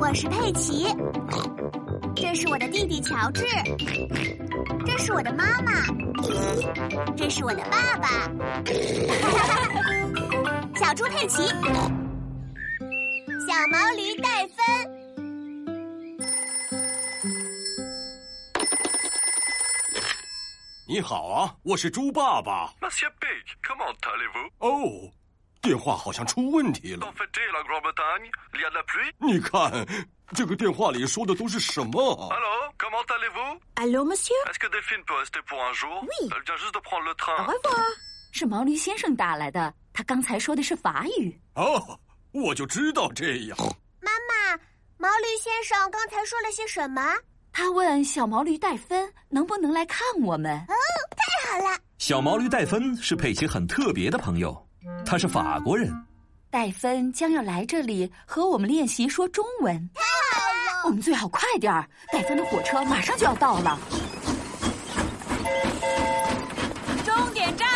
我是佩奇，这是我的弟弟乔治，这是我的妈妈，这是我的爸 爸，小猪佩奇，小毛驴戴芬。你好啊，我是猪爸爸。 Monsieur Pig，comment allez-vous？哦，电话好像出问题了。你看，这个电话里说的都是什么啊？ Hello，comment allez-vous？ Allô, monsieur Est-ce que Delphine peut rester pour un jour? Oui. Elle vient juste de prendre le Au train. revoir 是毛驴先生打来的，他刚才说的是法语。哦，我就知道这样。妈妈，毛驴先生刚才说了些什么？他问小毛驴戴芬能不能来看我们。嗯好了，小毛驴戴芬是佩奇很特别的朋友，他是法国人。戴芬将要来这里和我们练习说中文。我们最好快点儿，戴芬的火车马上就要到了。终点站，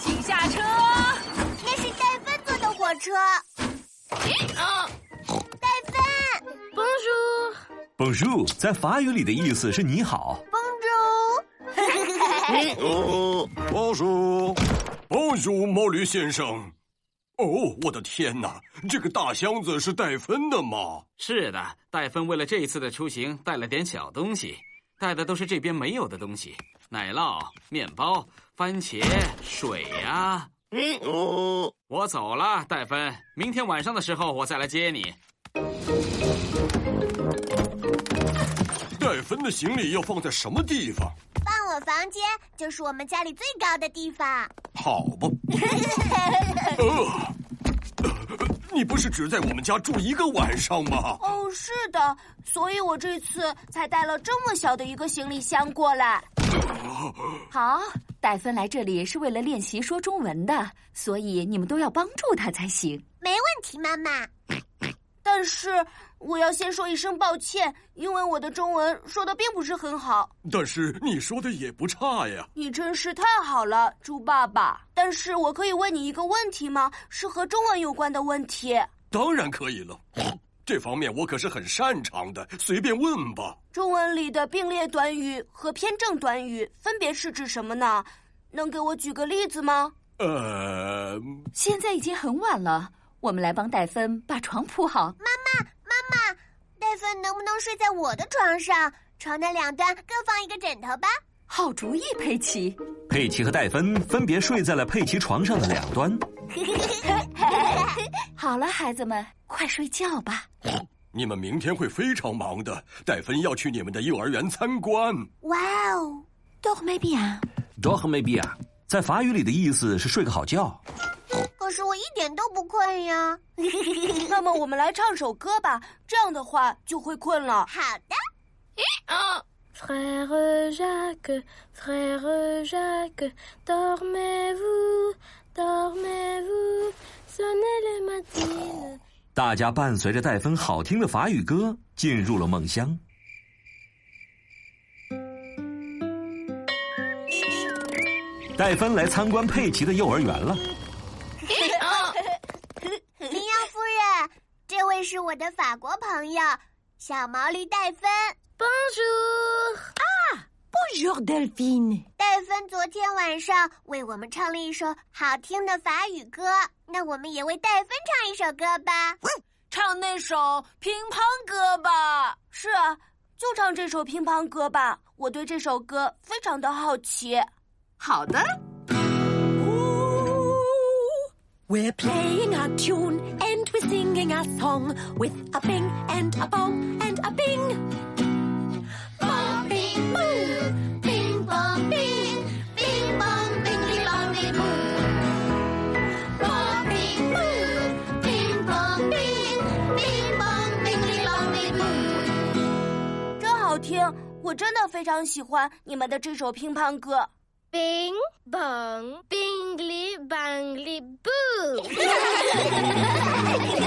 请下车。那是戴芬坐的火车。戴芬， Bonjour，在法语里的意思是你好。公主，猫叔，猫叔，毛驴先生。哦，我的天哪！这个大箱子是带分的吗？是的，戴芬为了这一次的出行带了点小东西，带的都是这边没有的东西：奶酪、面包、番茄、水呀、我走了，戴芬，明天晚上的时候我再来接你。带分的行李要放在什么地方？放我房间就是我们家里最高的地方。好吧。呃，你不是只在我们家住一个晚上吗？哦，是的，所以我这次才带了这么小的一个行李箱过来。好，戴芬来这里是为了练习说中文的，所以你们都要帮助他才行。没问题，妈妈。 但是我要先说一声抱歉，因为我的中文说的并不是很好。但是你说的也不差呀。你真是太好了，猪爸爸。但是我可以问你一个问题吗？是和中文有关的问题。当然可以了，这方面我可是很擅长的，随便问吧。中文里的并列短语和偏正短语分别是指什么呢？能给我举个例子吗？呃，现在已经很晚了，我们来帮戴芬把床铺好。戴芬能不能睡在我的床上？床的两端各放一个枕头 吧。好主意，佩奇。佩奇和戴芬分别睡在了佩奇床上的两端。好了，孩子们，快睡觉吧。你们明天会非常忙的，戴芬要去你们的幼儿园参观。哇哦！ d o r m e b i e d o r m e b i 在法语里的意思是睡个好觉。可是我一点都不困呀。 那么我们来唱首歌吧，这样的话就会困了。好的， Frère Jacques, frère Jacques, dormez-vous, dormez-vous, sonnez les matines. 大家伴随着戴芬好听的法语歌进入了梦乡。戴芬来参观佩奇的幼儿园了。羚羊夫人，这位是我的法国朋友小毛驴戴芬。 Bonjour. Bonjour Delphine。戴芬昨天晚上为我们唱了一首好听的法语歌，那我们也为戴芬唱一首歌吧。唱那首乒乓歌吧。是啊，就唱这首乒乓歌吧。我对这首歌非常的好奇。好的。 We're playing a tune and we're singing a song with a bing and a bong and a bing. Bong bing boo, bing bong bing, bing bong bingy bong bing boo. Bong bing boo, bing bong bing, bing bong bingy bong bing boo. 真好听，我真的非常喜欢你们的这首乒乓歌。 Bing bong, bingly bangly boo.